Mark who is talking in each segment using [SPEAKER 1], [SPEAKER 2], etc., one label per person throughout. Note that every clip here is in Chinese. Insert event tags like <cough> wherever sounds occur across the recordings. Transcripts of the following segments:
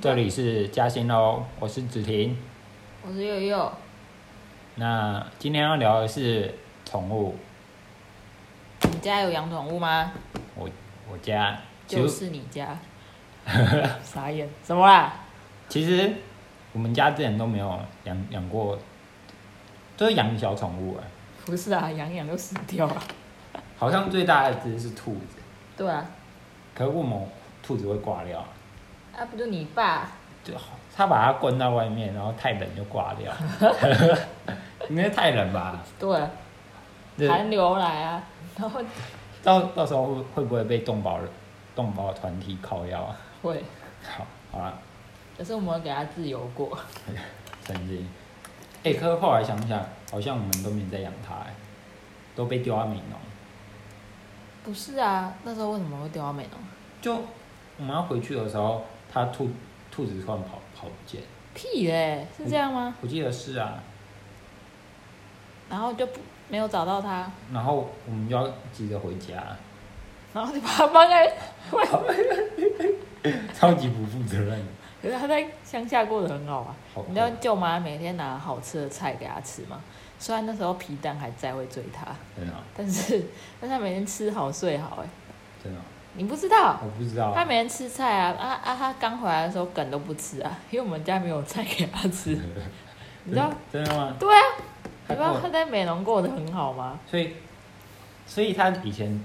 [SPEAKER 1] 这里是嘉兴喽，我是子婷。
[SPEAKER 2] 我是佑佑，
[SPEAKER 1] 那今天要聊的是宠物，
[SPEAKER 2] 你家有养宠物吗？
[SPEAKER 1] 我我家其
[SPEAKER 2] 就
[SPEAKER 1] 实
[SPEAKER 2] 是你家， <laughs> 傻眼，怎么啦？
[SPEAKER 1] 其实我们家之前都没有养养过，都是养小宠物啊，
[SPEAKER 2] 不是啊，养养就死掉了。
[SPEAKER 1] 好像最大的只是兔子，
[SPEAKER 2] 对啊，
[SPEAKER 1] 可是为什么兔子会挂掉啊？
[SPEAKER 2] 啊不就你爸？
[SPEAKER 1] 就他把它关到外面，然后太冷就挂掉，应该太冷吧？
[SPEAKER 2] 对啊，
[SPEAKER 1] 这
[SPEAKER 2] 寒流来啊，然后
[SPEAKER 1] 到到时候会会不会被动保人动保团体靠腰啊？
[SPEAKER 2] 会，
[SPEAKER 1] 好，好啦，
[SPEAKER 2] 可是我们有给它自由过，
[SPEAKER 1] 曾经。哎、可是后来想想，好像我们都没在养它、欸，都被丢到美农。
[SPEAKER 2] 不是啊？那时候为什么会丢到美容？
[SPEAKER 1] 就我们要回去的时候，它兔兔子突然跑跑不见，
[SPEAKER 2] 屁嘞，是这样吗？
[SPEAKER 1] 我记得是啊。
[SPEAKER 2] 然后就不没有找到它，
[SPEAKER 1] 然后我们就要急着回家， <laughs>
[SPEAKER 2] 然后就把它放在，
[SPEAKER 1] 超级不负责任。
[SPEAKER 2] 可是它在乡下过得很好啊。
[SPEAKER 1] 好，
[SPEAKER 2] 你知道舅妈每天拿好吃的菜给它吃吗？虽然那时候皮蛋还在会追它。
[SPEAKER 1] 真的哦
[SPEAKER 2] 但是，但是他每天吃好睡好，哎，
[SPEAKER 1] 真的哦，
[SPEAKER 2] 你不知道，
[SPEAKER 1] 我不知道。
[SPEAKER 2] 他每天吃菜啊啊啊！他刚回来的时候梗都不吃啊，因为我们家没有菜给
[SPEAKER 1] <laughs>
[SPEAKER 2] 他吃。你知道？
[SPEAKER 1] 真的吗？
[SPEAKER 2] 对啊，
[SPEAKER 1] 他
[SPEAKER 2] 你知道
[SPEAKER 1] 跟我
[SPEAKER 2] 他在美容过得很好吗？
[SPEAKER 1] 所以，所以他以前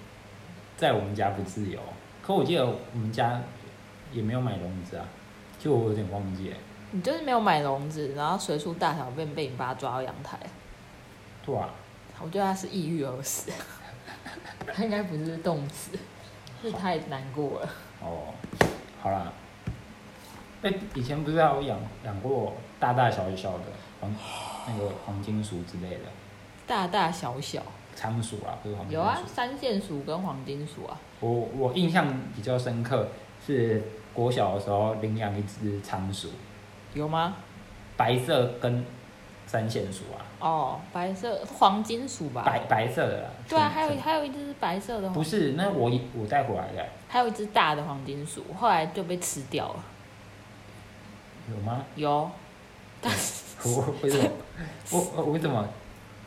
[SPEAKER 1] 在我们家不自由，可我记得我们家也没有买笼子啊，就我有点忘记了。
[SPEAKER 2] 你就是没有买笼子，然后随处大小便被你爸抓到阳台，
[SPEAKER 1] 对啊，
[SPEAKER 2] 我觉得他是抑郁而死， <laughs> 他应该不是冻死，是太难过了。
[SPEAKER 1] 哦，好啦，哎、以前不是还有养养过大大小小的黄那个黄金鼠之类的
[SPEAKER 2] 大大小小
[SPEAKER 1] 仓鼠啊，不是黄金
[SPEAKER 2] 有
[SPEAKER 1] 鼠。
[SPEAKER 2] 啊，三线鼠跟黄金鼠啊，
[SPEAKER 1] 我我印象比较深刻是国小的时候领养一只仓鼠，
[SPEAKER 2] 有吗？
[SPEAKER 1] 白色跟三线鼠啊，
[SPEAKER 2] 哦，白色黄金鼠吧，
[SPEAKER 1] 白白色的啦。
[SPEAKER 2] 对啊，
[SPEAKER 1] 纯
[SPEAKER 2] 还有
[SPEAKER 1] 纯
[SPEAKER 2] 还有一只是白色的
[SPEAKER 1] 不
[SPEAKER 2] 黄，
[SPEAKER 1] 是，那我我带回来的
[SPEAKER 2] 还有一只大的黄金鼠，后来就被吃掉了。
[SPEAKER 1] 有吗？
[SPEAKER 2] 有，但 <laughs> 是
[SPEAKER 1] <laughs> 我为什么？我我我怎么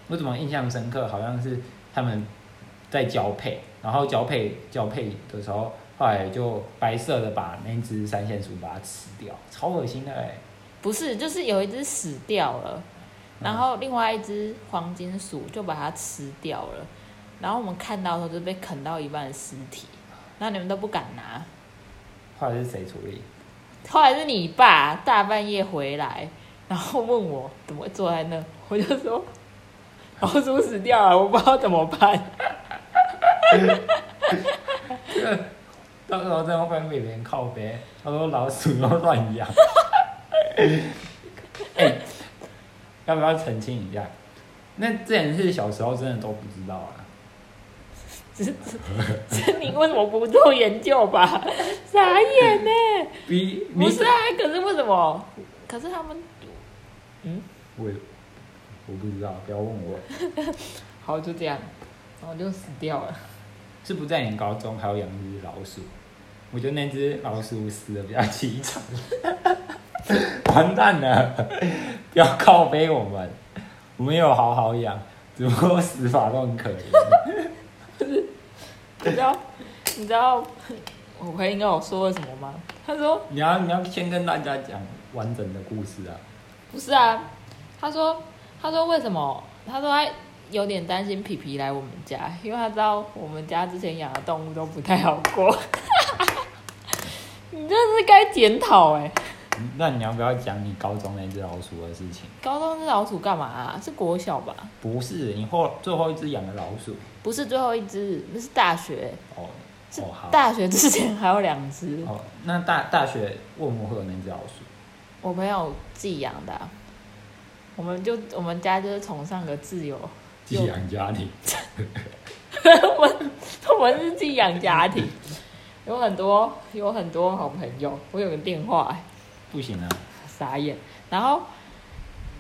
[SPEAKER 1] 我怎么印象深刻？好像是他们在交配，然后交配交配的时候，后来就白色的把那只三线鼠把它吃掉，超恶心的哎、
[SPEAKER 2] 不是就是有一只死掉了，然后另外一只黄金鼠就把它吃掉了，然后我们看到的时候就被啃到一半的尸体，然后你们都不敢拿。
[SPEAKER 1] 后来是谁处理？
[SPEAKER 2] 后来是你爸大半夜回来，然后问我怎么会坐在那，我就说 <laughs> 老鼠死掉了，我不知道怎么办。
[SPEAKER 1] 到时候真的会被别人靠背，他说老鼠都乱养。哎、要不要澄清一下？那之前是小时候真的都不知道啊。
[SPEAKER 2] 这 <laughs> 这这你为什么不做研究吧？ <laughs> 傻眼呢、 <laughs>
[SPEAKER 1] 比你
[SPEAKER 2] 不是啊，可是为什么？可是他们
[SPEAKER 1] 我也我不知道，不要问我。
[SPEAKER 2] 好就这样，然后就死掉了。
[SPEAKER 1] 是不在你高中还有养一只老鼠，我觉得那只老鼠死的比较凄惨，完蛋了！不要靠背我们，我们有好好养，只不过死法都很可怜。
[SPEAKER 2] <laughs> 你知道你知道我朋友跟我说了什么吗？他说
[SPEAKER 1] 你要你要先跟大家讲完整的故事啊，
[SPEAKER 2] 不是啊，他说他说为什么？他说他有点担心皮皮来我们家，因为他知道我们家之前养的动物都不太好 <laughs> 过。你这是该检讨哎！
[SPEAKER 1] 那你要不要讲你高中那只老鼠的事情？
[SPEAKER 2] 高中是老鼠干嘛、啊？是国小吧？
[SPEAKER 1] 不是，你后最后一只养的老鼠
[SPEAKER 2] 不是最后一只，那是大学，
[SPEAKER 1] 哦
[SPEAKER 2] 是
[SPEAKER 1] 哦好
[SPEAKER 2] 大学之前还有两只，
[SPEAKER 1] 哦，那大大学为什么会有那只老鼠？
[SPEAKER 2] 我朋友自己养的啊、我们就我们家就是崇尚个
[SPEAKER 1] <laughs>
[SPEAKER 2] 自由，
[SPEAKER 1] 寄养家庭。
[SPEAKER 2] 我们我们是寄养家庭，有很多有很多好朋友，我有个电话、
[SPEAKER 1] 不行啊，
[SPEAKER 2] 傻眼，然后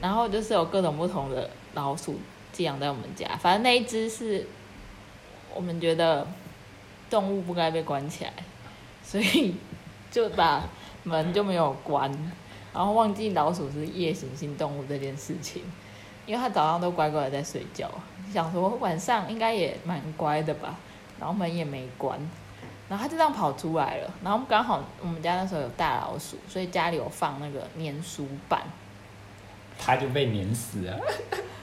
[SPEAKER 2] 然后就是有各种不同的老鼠寄养在我们家，反正那一只是我们觉得动物不该被关起来，所以就把门就没有关，然后忘记老鼠是夜行性动物这件事情，因为它早上都乖乖的在睡觉，想说晚上应该也蛮乖的吧，然后门也没关，然后它就这样跑出来了，然后我们刚好我们家那时候有大老鼠，所以家里有放那个粘鼠板，
[SPEAKER 1] 它就被碾死了。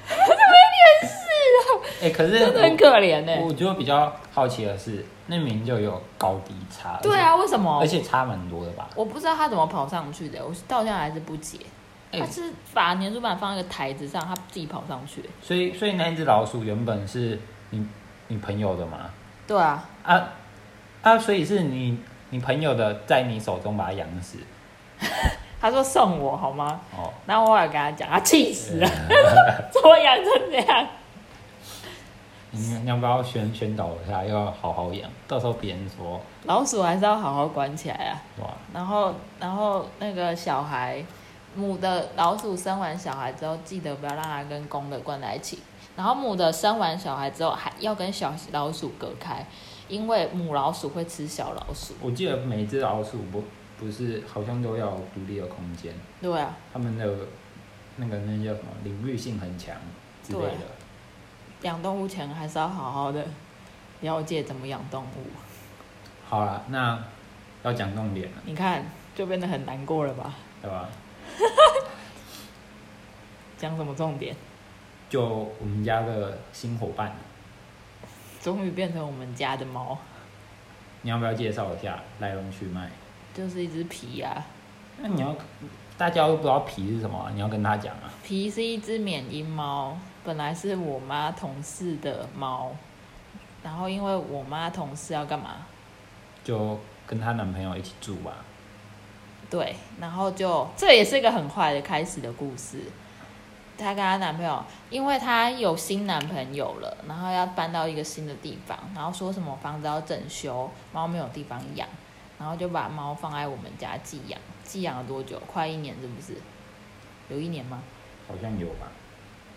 [SPEAKER 1] 它就被碾死了。哎、可是
[SPEAKER 2] 啊真的很
[SPEAKER 1] 我哎
[SPEAKER 2] 可怜呢、欸
[SPEAKER 1] 我就比较好奇的是，那明明就有高低差，
[SPEAKER 2] 对啊，为什么
[SPEAKER 1] 而且，而？且差蛮多的吧？
[SPEAKER 2] 我不知道它怎么跑上去的，我到现在还是不解。
[SPEAKER 1] 哎
[SPEAKER 2] 它是把粘鼠板放在一个台子上，它自己跑上去。
[SPEAKER 1] 所以所以那一只老鼠原本是你你朋友的吗？
[SPEAKER 2] 对啊，
[SPEAKER 1] 啊啊，所以是你你朋友的在你手中把它养死
[SPEAKER 2] 他说送我好吗？
[SPEAKER 1] 哦。
[SPEAKER 2] 然后我有跟他讲，他气死 <laughs> 了，怎么养成这样？
[SPEAKER 1] 你你要不要宣宣导一下，要好好养？到时候别人说
[SPEAKER 2] 老鼠还是要好好管起来啊。
[SPEAKER 1] 哇，
[SPEAKER 2] 然后，然后那个小孩，母的老鼠生完小孩之后，记得不要让它跟公的关在一起。然后母的生完小孩之后，还要跟小老鼠隔开，因为母老鼠会吃小老鼠。
[SPEAKER 1] 我记得每只老鼠不不是好像都要有独立的空间，
[SPEAKER 2] 对啊，
[SPEAKER 1] 它们的那个那叫什么领域性很强之类的。
[SPEAKER 2] 养动物前还是要好好的了解怎么养动物。
[SPEAKER 1] 好了，那要讲重点了，
[SPEAKER 2] 你看，就变得很难过了吧？
[SPEAKER 1] 对吧？
[SPEAKER 2] 讲什么重点？
[SPEAKER 1] 就我们家的新伙伴，
[SPEAKER 2] 终于变成我们家的猫， <laughs>
[SPEAKER 1] 你要不要介绍一下来龙去脉？
[SPEAKER 2] 就是一只皮啊。
[SPEAKER 1] 那你要大家都不知道皮是什么啊、你要跟他讲啊。
[SPEAKER 2] 皮是一只缅因猫，本来是我妈同事的猫，然后因为我妈同事要干嘛？
[SPEAKER 1] 就跟她男朋友一起住啊吧。
[SPEAKER 2] 对，然后就这也是一个很坏的开始的故事。她跟她男朋友，因为她有新男朋友了，然后要搬到一个新的地方，然后说什么房子要整修，猫没有地方养，然后就把猫放在我们家寄养，寄养了多久？快一年是不是？有一年吗？
[SPEAKER 1] 好像有吧？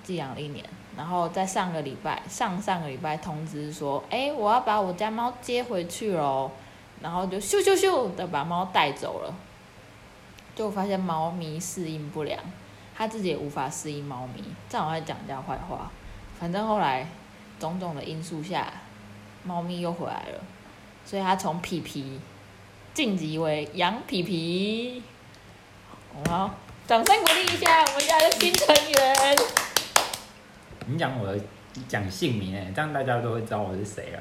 [SPEAKER 2] 寄养了一年，然后在上个礼拜、上上个礼拜通知说，哎，我要把我家猫接回去喽，然后就咻咻咻的把猫带走了，就发现猫咪适应不良，它自己也无法适应猫咪，正好在讲人家坏话，反正后来种种的因素下，猫咪又回来了，所以它从皮皮晋级为羊皮皮，好，掌声鼓励一下我们家的新成员。
[SPEAKER 1] 你讲我的，你讲姓名哎，这样大家都会知道我是谁啊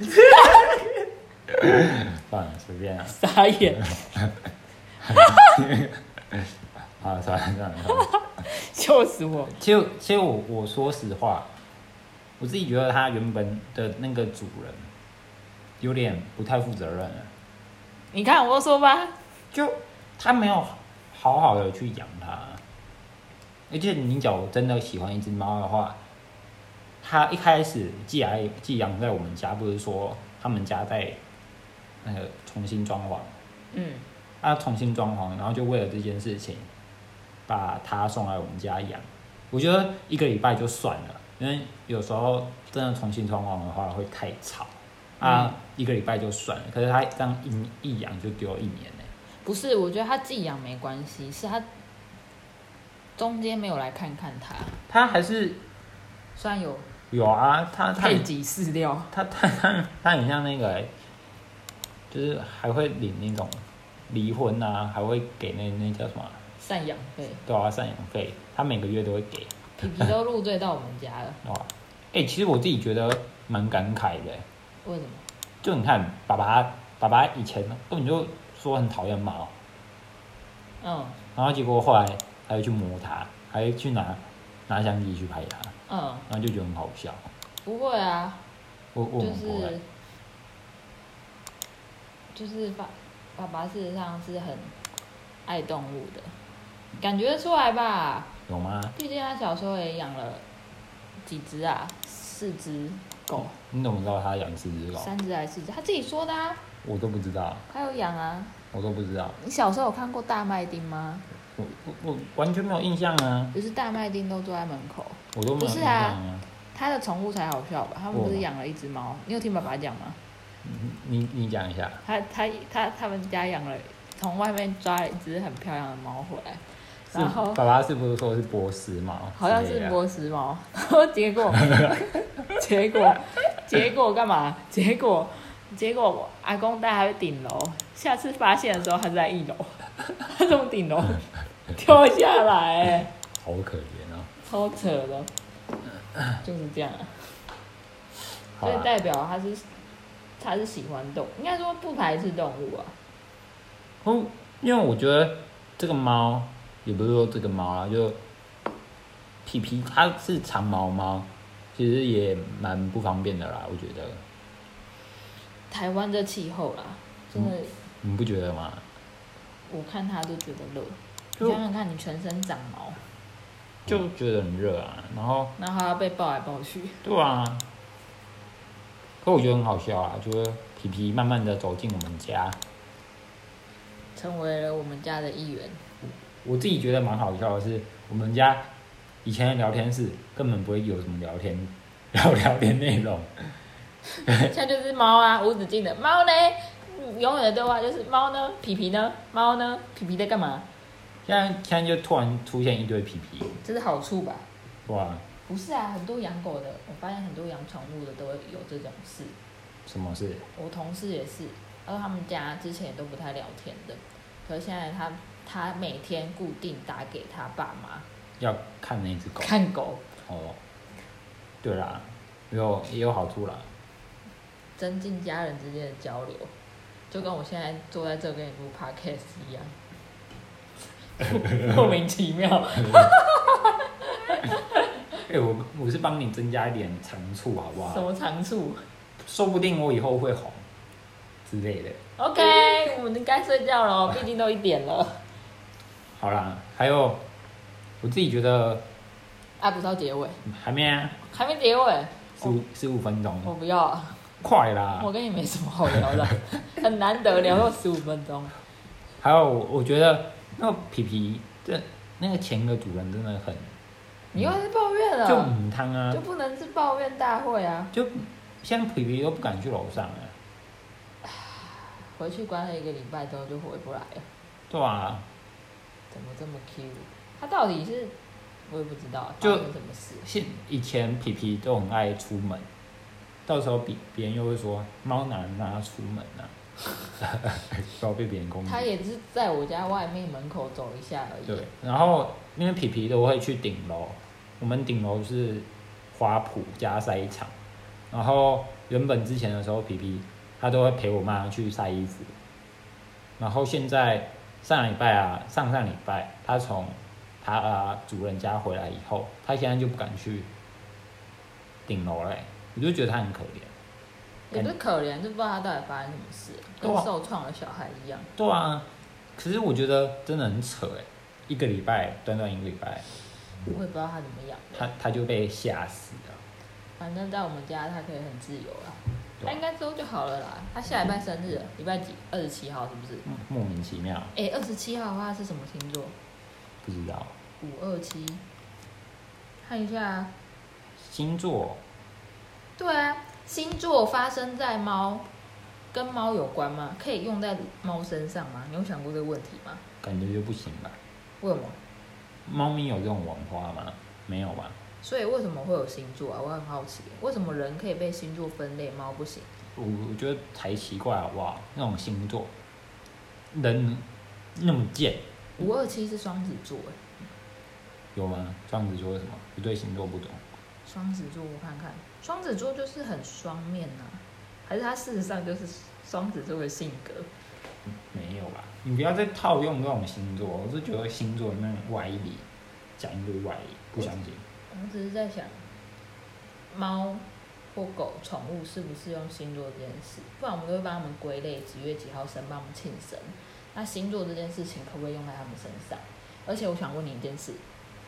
[SPEAKER 1] 了。 <laughs> 算了，随便啊，
[SPEAKER 2] 傻眼，
[SPEAKER 1] 啊，算了算了算了。
[SPEAKER 2] 笑死我！
[SPEAKER 1] 其实其实我我说实话，我自己觉得他原本的那个主人有点不太负责任啊了，
[SPEAKER 2] 你看我都说吧，
[SPEAKER 1] 就他没有好好的去养它。而且你假如真的喜欢一只猫的话，它一开始寄来寄养在我们家，不是说他们家在那个重新装潢，
[SPEAKER 2] 嗯，
[SPEAKER 1] 他重新装潢，然后就为了这件事情，把它送来我们家养。我觉得一个礼拜就算了，因为有时候真的重新装潢的话会太吵啊，一个礼拜就算了。可是他这样一一养就丢一年呢、
[SPEAKER 2] 不是，我觉得他寄养没关系，是他中间没有来看看他，
[SPEAKER 1] 他还是
[SPEAKER 2] 虽然有
[SPEAKER 1] 有啊，他他
[SPEAKER 2] 配给饲料，
[SPEAKER 1] 他他他他很像那个欸、就是还会领那种离婚啊，还会给那那叫什么啊
[SPEAKER 2] 赡养费，
[SPEAKER 1] 对啊赡养费，他每个月都会给
[SPEAKER 2] 皮皮都入赘到我们家了，
[SPEAKER 1] 哇。哎、其实我自己觉得蛮感慨的欸、
[SPEAKER 2] 为什么？
[SPEAKER 1] 就你看爸爸爸爸以前根本就说很讨厌猫，
[SPEAKER 2] 嗯
[SPEAKER 1] 然后结果后来还会去摸它，还会去拿拿相机去拍它，
[SPEAKER 2] 嗯，
[SPEAKER 1] 然后就觉得很好笑。
[SPEAKER 2] 不会啊，
[SPEAKER 1] 我我
[SPEAKER 2] 就
[SPEAKER 1] 们不会
[SPEAKER 2] 是就是爸爸爸事实上是很爱动物的，感觉得出来吧？
[SPEAKER 1] 有吗？
[SPEAKER 2] 毕竟他小时候也养了几只啊，四只狗，
[SPEAKER 1] 你怎么知道他养四只狗？
[SPEAKER 2] 三只还是四只，他自己说的啊，
[SPEAKER 1] 我都不知道，
[SPEAKER 2] 他有养啊。
[SPEAKER 1] 我都不知道。
[SPEAKER 2] 你小时候有看过大麦町吗？
[SPEAKER 1] 我我我完全没有印象啊，
[SPEAKER 2] 就是大麦町都坐在门口，
[SPEAKER 1] 我都没有印
[SPEAKER 2] 不是
[SPEAKER 1] 象
[SPEAKER 2] 啊
[SPEAKER 1] 啊。
[SPEAKER 2] 他的宠物才好笑吧？他们不是养了一只猫？你有听爸爸讲吗？
[SPEAKER 1] 你你你讲一下，
[SPEAKER 2] 他他他他们家养了从外面抓了一只很漂亮的猫回来，
[SPEAKER 1] 是
[SPEAKER 2] 然后
[SPEAKER 1] 爸爸是不是说是波斯猫？
[SPEAKER 2] 好像是。波斯猫，然后 <laughs> 结果，
[SPEAKER 1] <laughs>
[SPEAKER 2] 结果，结果干嘛？结果，结果我阿公带他去顶楼，下次发现的时候他在一楼，他从顶
[SPEAKER 1] <laughs>
[SPEAKER 2] 楼跳下来、欸，
[SPEAKER 1] 好可怜哦。
[SPEAKER 2] 超扯的，就是这样啊、
[SPEAKER 1] 好啊
[SPEAKER 2] 所以
[SPEAKER 1] 啦，
[SPEAKER 2] 代表他是他是喜欢动，应该说不排斥动物啊。
[SPEAKER 1] 哦，因为我觉得这个猫也不是说这个猫啊，就皮皮它是长毛猫，其实也蛮不方便的啦，我觉得，
[SPEAKER 2] 台湾这气候啦，真的，
[SPEAKER 1] 你不觉得吗？
[SPEAKER 2] 我看他都觉得热。
[SPEAKER 1] 就
[SPEAKER 2] 你想想看，你全身长毛，
[SPEAKER 1] 就觉得很热啊，然后
[SPEAKER 2] 然后还要被抱来抱去。
[SPEAKER 1] 对啊，可我觉得很好笑啊，就是皮皮慢慢的走进我们家，
[SPEAKER 2] 成为了我们家的一员。
[SPEAKER 1] 我自己觉得蛮好笑的是，我们家以前的聊天室根本不会有什么聊天 <laughs> 聊聊天内容，
[SPEAKER 2] 现在就是猫啊，无止境的猫呢，嗯永远的对话就是猫呢，皮皮呢，猫呢，皮皮在干嘛？
[SPEAKER 1] 现在现在就突然出现一堆皮皮，
[SPEAKER 2] 这是好处吧？
[SPEAKER 1] 哇，
[SPEAKER 2] 不是啊，很多养狗的，我发现很多养宠物的都会有这种事。
[SPEAKER 1] 什么事？
[SPEAKER 2] 我同事也是，然后他们家之前也都不太聊天的，可是现在他他每天固定打给他爸妈
[SPEAKER 1] 要看那只狗
[SPEAKER 2] 看狗，
[SPEAKER 1] 哦。对啦，也有也有好处啦。
[SPEAKER 2] 增进家人之间的交流，就跟我现在坐在这跟你录 podcast 一样， <laughs> 莫名其妙。
[SPEAKER 1] 哎、我我是帮你增加一点长处，好不
[SPEAKER 2] 什
[SPEAKER 1] 好？
[SPEAKER 2] 么长处
[SPEAKER 1] 说不定我以后会红之类的。
[SPEAKER 2] ？OK，
[SPEAKER 1] <laughs>
[SPEAKER 2] 我们该睡觉了哦，毕竟都一点了。
[SPEAKER 1] 好啦，还有我自己觉得
[SPEAKER 2] 啊，不是要结尾，
[SPEAKER 1] 还没啊，
[SPEAKER 2] 还没结尾，
[SPEAKER 1] 十五十五分
[SPEAKER 2] 我
[SPEAKER 1] 钟，
[SPEAKER 2] 不要，
[SPEAKER 1] 快啦
[SPEAKER 2] 我！跟你没什么好聊的， <laughs> 很难得聊到十五分
[SPEAKER 1] 嗯
[SPEAKER 2] 钟。
[SPEAKER 1] 还有我我觉得那个皮皮这那个前的主人真的很
[SPEAKER 2] 你又是抱怨
[SPEAKER 1] 就
[SPEAKER 2] 了，
[SPEAKER 1] 母汤啊
[SPEAKER 2] 就，不能是抱怨大会啊！
[SPEAKER 1] 就现在皮皮都不敢去楼上啊了、
[SPEAKER 2] 回去关了一个礼拜之后就回不来了，
[SPEAKER 1] 对啊，
[SPEAKER 2] 怎么这么 Q？他到底是我也不知道
[SPEAKER 1] 就
[SPEAKER 2] 发生什么事。
[SPEAKER 1] 现以前皮皮都很爱出门，到时候别别人又会说猫哪能让它出门啊， <laughs> 不要被别人攻击
[SPEAKER 2] 他。也是在我家外面门口走一下而已。
[SPEAKER 1] 对，然后因为皮皮都会去顶楼，我们顶楼是花圃加晒衣场，然后原本之前的时候，皮皮他都会陪我妈去晒衣服，然后现在上礼拜啊，上上礼拜他从他啊主人家回来以后，他现在就不敢去顶楼嘞、我就觉得他很可怜。
[SPEAKER 2] 也不是可怜，就不知道他到底发生什么事，跟
[SPEAKER 1] 对啊
[SPEAKER 2] 受创的小孩一样。
[SPEAKER 1] 对啊，可是我觉得真的很扯哎、一个礼拜，短短一个礼拜，
[SPEAKER 2] 我也不知道他怎么养的，
[SPEAKER 1] 他他就被吓死了。
[SPEAKER 2] 反正在我们家他可以很自由啦。
[SPEAKER 1] 对
[SPEAKER 2] 他
[SPEAKER 1] 啊
[SPEAKER 2] 应该之后就好了啦。他下礼拜生日了，礼拜几？二十七号是不是？
[SPEAKER 1] 嗯莫名其妙，
[SPEAKER 2] 哎、二十七号的话是什么星座？
[SPEAKER 1] 不知道
[SPEAKER 2] 五二七。看一下啊，
[SPEAKER 1] 星座
[SPEAKER 2] 对啊，星座发生在猫，跟猫有关吗？可以用在猫身上吗？你有想过这个问题吗？
[SPEAKER 1] 感觉就不行吧？
[SPEAKER 2] 为什么？
[SPEAKER 1] 猫咪有这种文化吗？没有吧？
[SPEAKER 2] 所以为什么会有星座啊？我很好奇，为什么人可以被星座分类，猫不行？
[SPEAKER 1] 我我觉得才奇怪好不好？那种星座人那么贱
[SPEAKER 2] 五二七是双子座、哎。
[SPEAKER 1] 有吗？双子座是什么？我对星座不懂。
[SPEAKER 2] 双子座，我看看，双子座就是很双面呐、还是他事实上就是双子座的性格？
[SPEAKER 1] 没有吧？你不要再套用这种星座，我是觉得星座那种歪理，讲一堆歪理，不相信。
[SPEAKER 2] 我只是在想，猫或狗宠物是不是用星座这件事？不然我们都会帮他们归类几月几号生，帮他们庆生。那星座这件事情可不可以用在他们身上？而且我想问你一件事，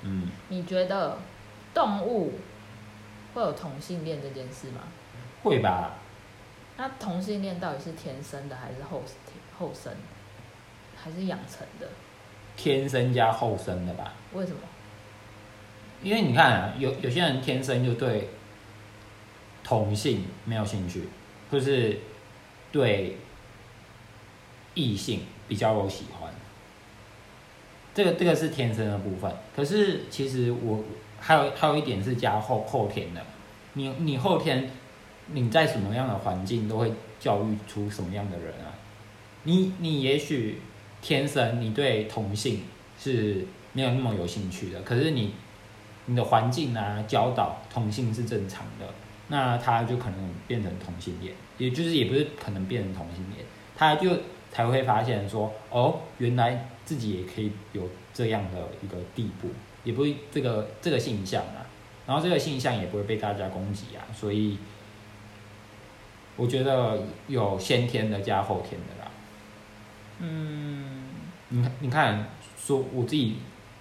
[SPEAKER 1] 嗯，
[SPEAKER 2] 你觉得动物会有同性恋这件事吗？
[SPEAKER 1] 会吧？
[SPEAKER 2] 那同性恋到底是天生的还是后后生，还是养成的？
[SPEAKER 1] 天生加后生的吧？
[SPEAKER 2] 为什么？
[SPEAKER 1] 因为你看、啊，有有些人天生就对同性没有兴趣，或是对异性比较我喜欢。这个这个是天生的部分，可是其实我还有还有一点是加后后天的，你你后天你在什么样的环境都会教育出什么样的人啊。你你也许天生你对同性是没有那么有兴趣的，可是你你的环境啊教导同性是正常的，那他就可能变成同性恋，也就是也不是可能变成同性恋，他就才会发现说，哦，原来自己也可以有这样的一个地步，也不会这个这个现象啊，然后这个现象也不会被大家攻击啊，所以我觉得有先天的加后天的啦。
[SPEAKER 2] 嗯，
[SPEAKER 1] 你看，你看，说我自己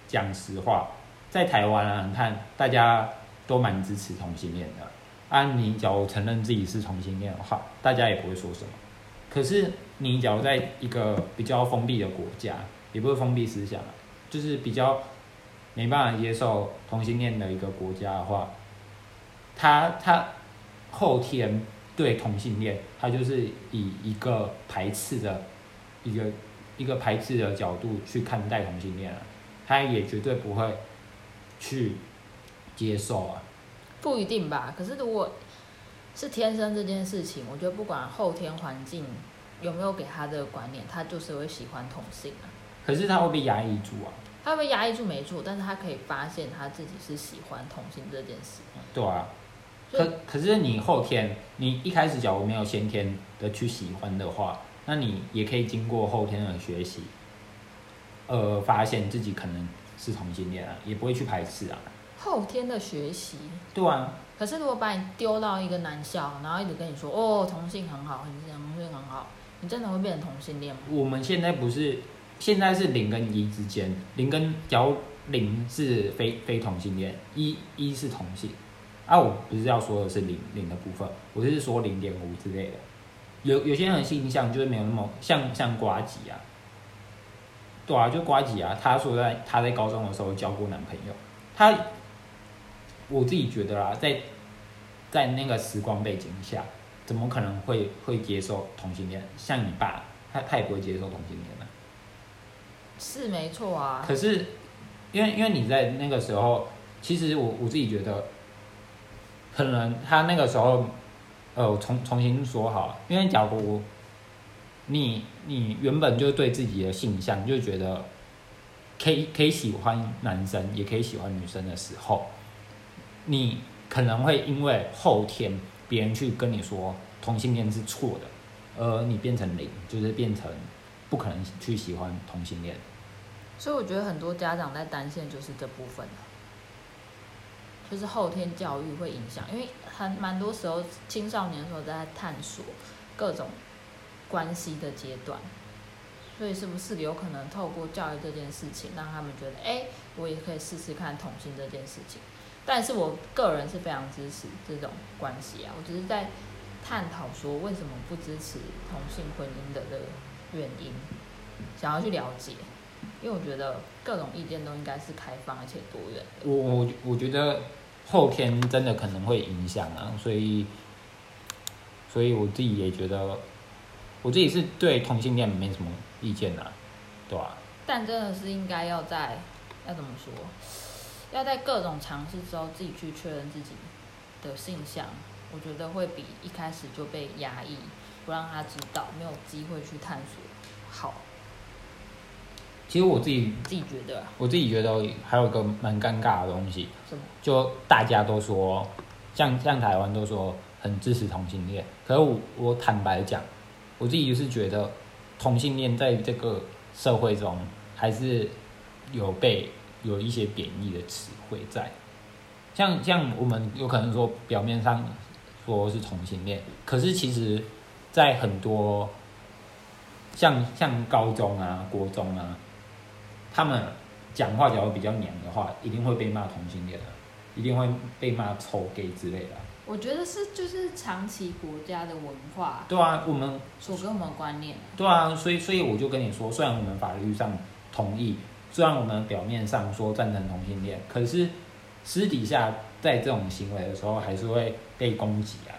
[SPEAKER 1] 讲实话，在台湾啊，你看大家都蛮支持同性恋的。啊，你假如承认自己是同性恋的话，大家也不会说什么。可是你假如在一个比较封闭的国家，也不是封闭思想啊，就是比较没办法接受同性恋的一个国家的话，他他后天对同性恋，他就是以一个排斥的一个一个排斥的角度去看待同性恋啊，他也绝对不会去接受啊。
[SPEAKER 2] 不一定吧。可是如果是天生这件事情，我觉得不管后天环境有没有给他这个观念，他就是会喜欢同性啊。
[SPEAKER 1] 可是他会被压抑住啊，
[SPEAKER 2] 他被压抑住没错，但是他可以发现他自己是喜欢同性这件事。
[SPEAKER 1] 对啊。
[SPEAKER 2] 所以
[SPEAKER 1] 可可是你后天，你一开始假如没有先天的去喜欢的话，那你也可以经过后天的学习，呃，发现自己可能是同性恋啊，也不会去排斥啊。
[SPEAKER 2] 后天的学习，
[SPEAKER 1] 对啊，
[SPEAKER 2] 可是如果把你丢到一个男校，然后一直跟你说哦同性很好，同性同性很好，你真的会变成同性恋吗？
[SPEAKER 1] 我们现在不是，现在是零跟一之间，零跟假如零是非非同性恋，一一是同性。啊，我不是要说的是零零的部分，我是说零点五之类的。有有些人性向就是没有那么像像瓜吉啊，对啊，就瓜吉啊，他说在他在高中的时候交过男朋友，他我自己觉得啦，在在那个时光背景下，怎么可能会会接受同性恋？像你爸，他他也不会接受同性恋的、
[SPEAKER 2] 是没错啊，
[SPEAKER 1] 可是，因为因为你在那个时候，其实我我自己觉得，可能他那个时候，呃，我重重新说好了，因为假如你你原本就对自己的性向就觉得可以可以喜欢男生，也可以喜欢女生的时候，你可能会因为后天别人去跟你说同性恋是错的，而你变成零，就是变成不可能去喜欢同性恋。
[SPEAKER 2] 所以我觉得很多家长在担心的就是这部分啊就是后天教育会影响，因为很蛮多时候青少年的时候在探索各种关系的阶段，所以是不是有可能透过教育这件事情，让他们觉得，哎、我也可以试试看同性这件事情。但是我个人是非常支持这种关系啊，我只是在探讨说为什么不支持同性婚姻的这个原因，想要去了解。因为我觉得各种意见都应该是开放而且多元的。
[SPEAKER 1] 我我我觉得后天真的可能会影响啊，所以所以我自己也觉得，我自己是对同性恋没什么意见啊，对吧、
[SPEAKER 2] 但真的是应该要在要怎么说，要在各种尝试之后自己去确认自己的性向，我觉得会比一开始就被压抑，不让他知道，没有机会去探索。好，
[SPEAKER 1] 其实我自己
[SPEAKER 2] 自己觉得、啊、
[SPEAKER 1] 我自己觉得还有一个蛮尴尬的东西，
[SPEAKER 2] 什么？
[SPEAKER 1] 就大家都说，像像台湾都说很支持同性恋，可是我我坦白讲，我自己就是觉得同性恋在这个社会中还是有被有一些贬义的词汇在，像像我们有可能说表面上说是同性恋，可是其实，在很多像像高中啊、国中啊，他们讲话假如比较娘的话，一定会被骂同性恋啊，一定会被骂臭 gay 之类的啊、
[SPEAKER 2] 我觉得是就是长期国家的文化
[SPEAKER 1] 对啊，我们
[SPEAKER 2] 所给我们的观念啊，
[SPEAKER 1] 对啊，所以所以我就跟你说，虽然我们法律上同意，虽然我们表面上说赞成同性恋，可是私底下在这种行为的时候，还是会被攻击啊。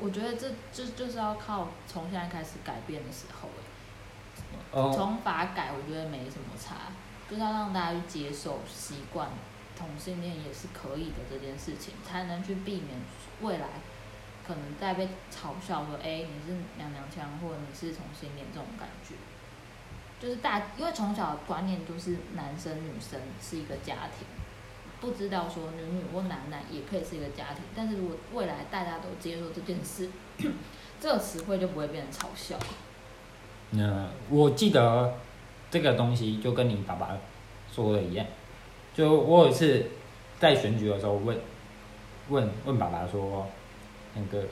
[SPEAKER 2] 我觉得这这就是要靠从现在开始改变的时候欸
[SPEAKER 1] 哦，
[SPEAKER 2] 从法改我觉得没什么差，就是要让大家去接受习惯同性恋也是可以的这件事情，才能去避免未来可能再被嘲笑说，哎、你是娘娘腔或者你是同性恋这种感觉。就是大，因为从小观念都是男生女生是一个家庭，不知道说女女或男男也可以是一个家庭，但是如果未来大家都接受这件事，这个词汇就不会变成嘲笑。
[SPEAKER 1] 那我记得这个东西就跟你爸爸说的一样，就我有一次在选举的时候问问问爸爸说，那个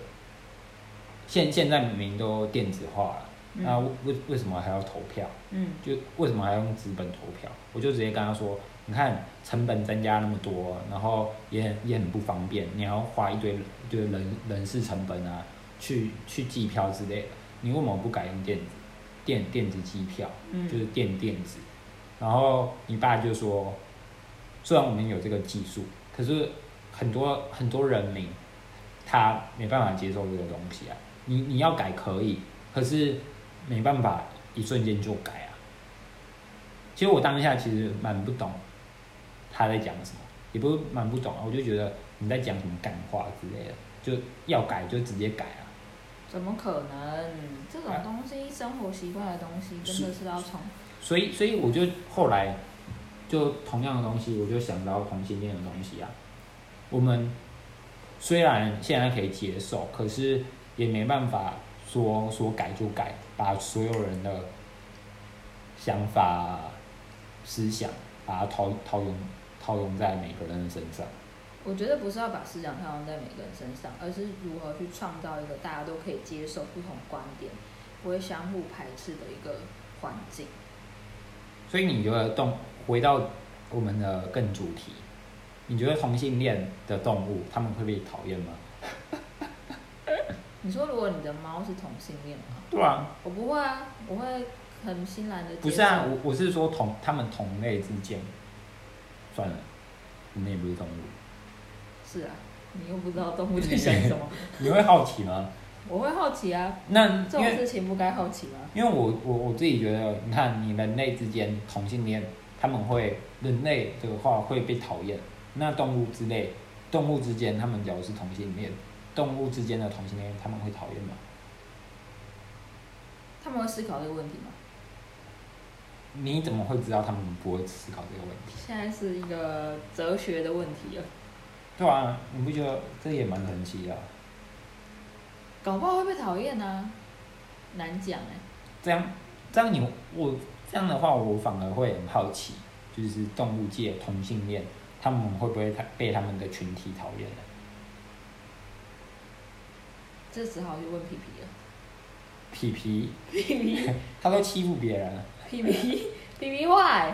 [SPEAKER 1] 现现在明明都电子化了，那
[SPEAKER 2] 嗯
[SPEAKER 1] 为为什么还要投票？
[SPEAKER 2] 嗯
[SPEAKER 1] 就为什么还要用纸本投票？我就直接跟他说，你看成本增加那么多，然后也很也很不方便，你还要花一堆就是人人事成本啊，去去计票之类的，你为什么不改用电子电电子计票，就
[SPEAKER 2] 嗯
[SPEAKER 1] 是电电子？然后你爸就说，虽然我们有这个技术，可是很多很多人民他没办法接受这个东西啊，你你要改可以，可是没办法一瞬间就改啊。其实我当下其实蛮不懂他在讲什么，也不是蛮不懂啊，我就觉得你在讲什么干话之类的，就要改就直接改啊。
[SPEAKER 2] 怎么可能？这种东西，生活习惯的东西，真的是要从
[SPEAKER 1] 所以，所以我就后来就同样的东西，我就想到同性恋的东西啊。我们虽然现在可以接受，可是也没办法说说改就改，把所有人的想法、思想把它套套用套用在每个人的身上。
[SPEAKER 2] 我觉得不是要把思想套用在每个人身上，而是如何去创造一个大家都可以接受不同观点、不会相互排斥的一个环境。
[SPEAKER 1] 所以你觉得动回到我们的更主题，你觉得同性恋的动物他们会被讨厌吗？
[SPEAKER 2] 你说，如果你的猫是同性恋吗？
[SPEAKER 1] 对啊，
[SPEAKER 2] 我不会啊，我会很欣然的接受。
[SPEAKER 1] 不是啊，我我是说同他们同类之间，算了，我们也不是动物。
[SPEAKER 2] 是啊，你又不知道动物在想
[SPEAKER 1] <laughs>
[SPEAKER 2] 什么，
[SPEAKER 1] 你会好奇吗？
[SPEAKER 2] 我会好奇啊。
[SPEAKER 1] 那
[SPEAKER 2] 这
[SPEAKER 1] 因
[SPEAKER 2] 种
[SPEAKER 1] 为
[SPEAKER 2] 事情不该好奇吗？
[SPEAKER 1] 因为我我我自己觉得，你看你人类之间同性恋，他们会人类的话会被讨厌，那动物之类，动物之间他们只要是同性恋，动物之间的同性恋他们会讨厌吗？
[SPEAKER 2] 他们会思考这个问题吗？
[SPEAKER 1] 你怎么会知道他们不会思考这个问题？
[SPEAKER 2] 现在是一个哲学的问题了，
[SPEAKER 1] 对啊，你不觉得这也蛮神奇的啊、
[SPEAKER 2] 搞不好会被讨厌啊，难讲哎、
[SPEAKER 1] 这样，这样你我这样的话，我反而会很好奇，就是动物界同性恋，他们会不会他被他们的群体讨厌呢？
[SPEAKER 2] 这只好去问皮皮了。
[SPEAKER 1] 皮皮
[SPEAKER 2] 皮皮，
[SPEAKER 1] <laughs> 他都欺负别人了，
[SPEAKER 2] <laughs> 皮皮，皮皮坏，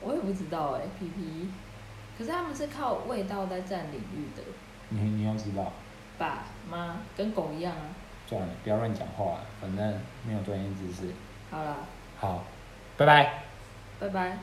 [SPEAKER 2] 我也不知道哎、皮皮。可是他们是靠味道在占领域的，
[SPEAKER 1] 你你要知道，
[SPEAKER 2] 爸妈跟狗一样啊。
[SPEAKER 1] 算了，不要乱讲话，反正没有专业知识。
[SPEAKER 2] 好啦，
[SPEAKER 1] 好，拜拜。
[SPEAKER 2] 拜拜。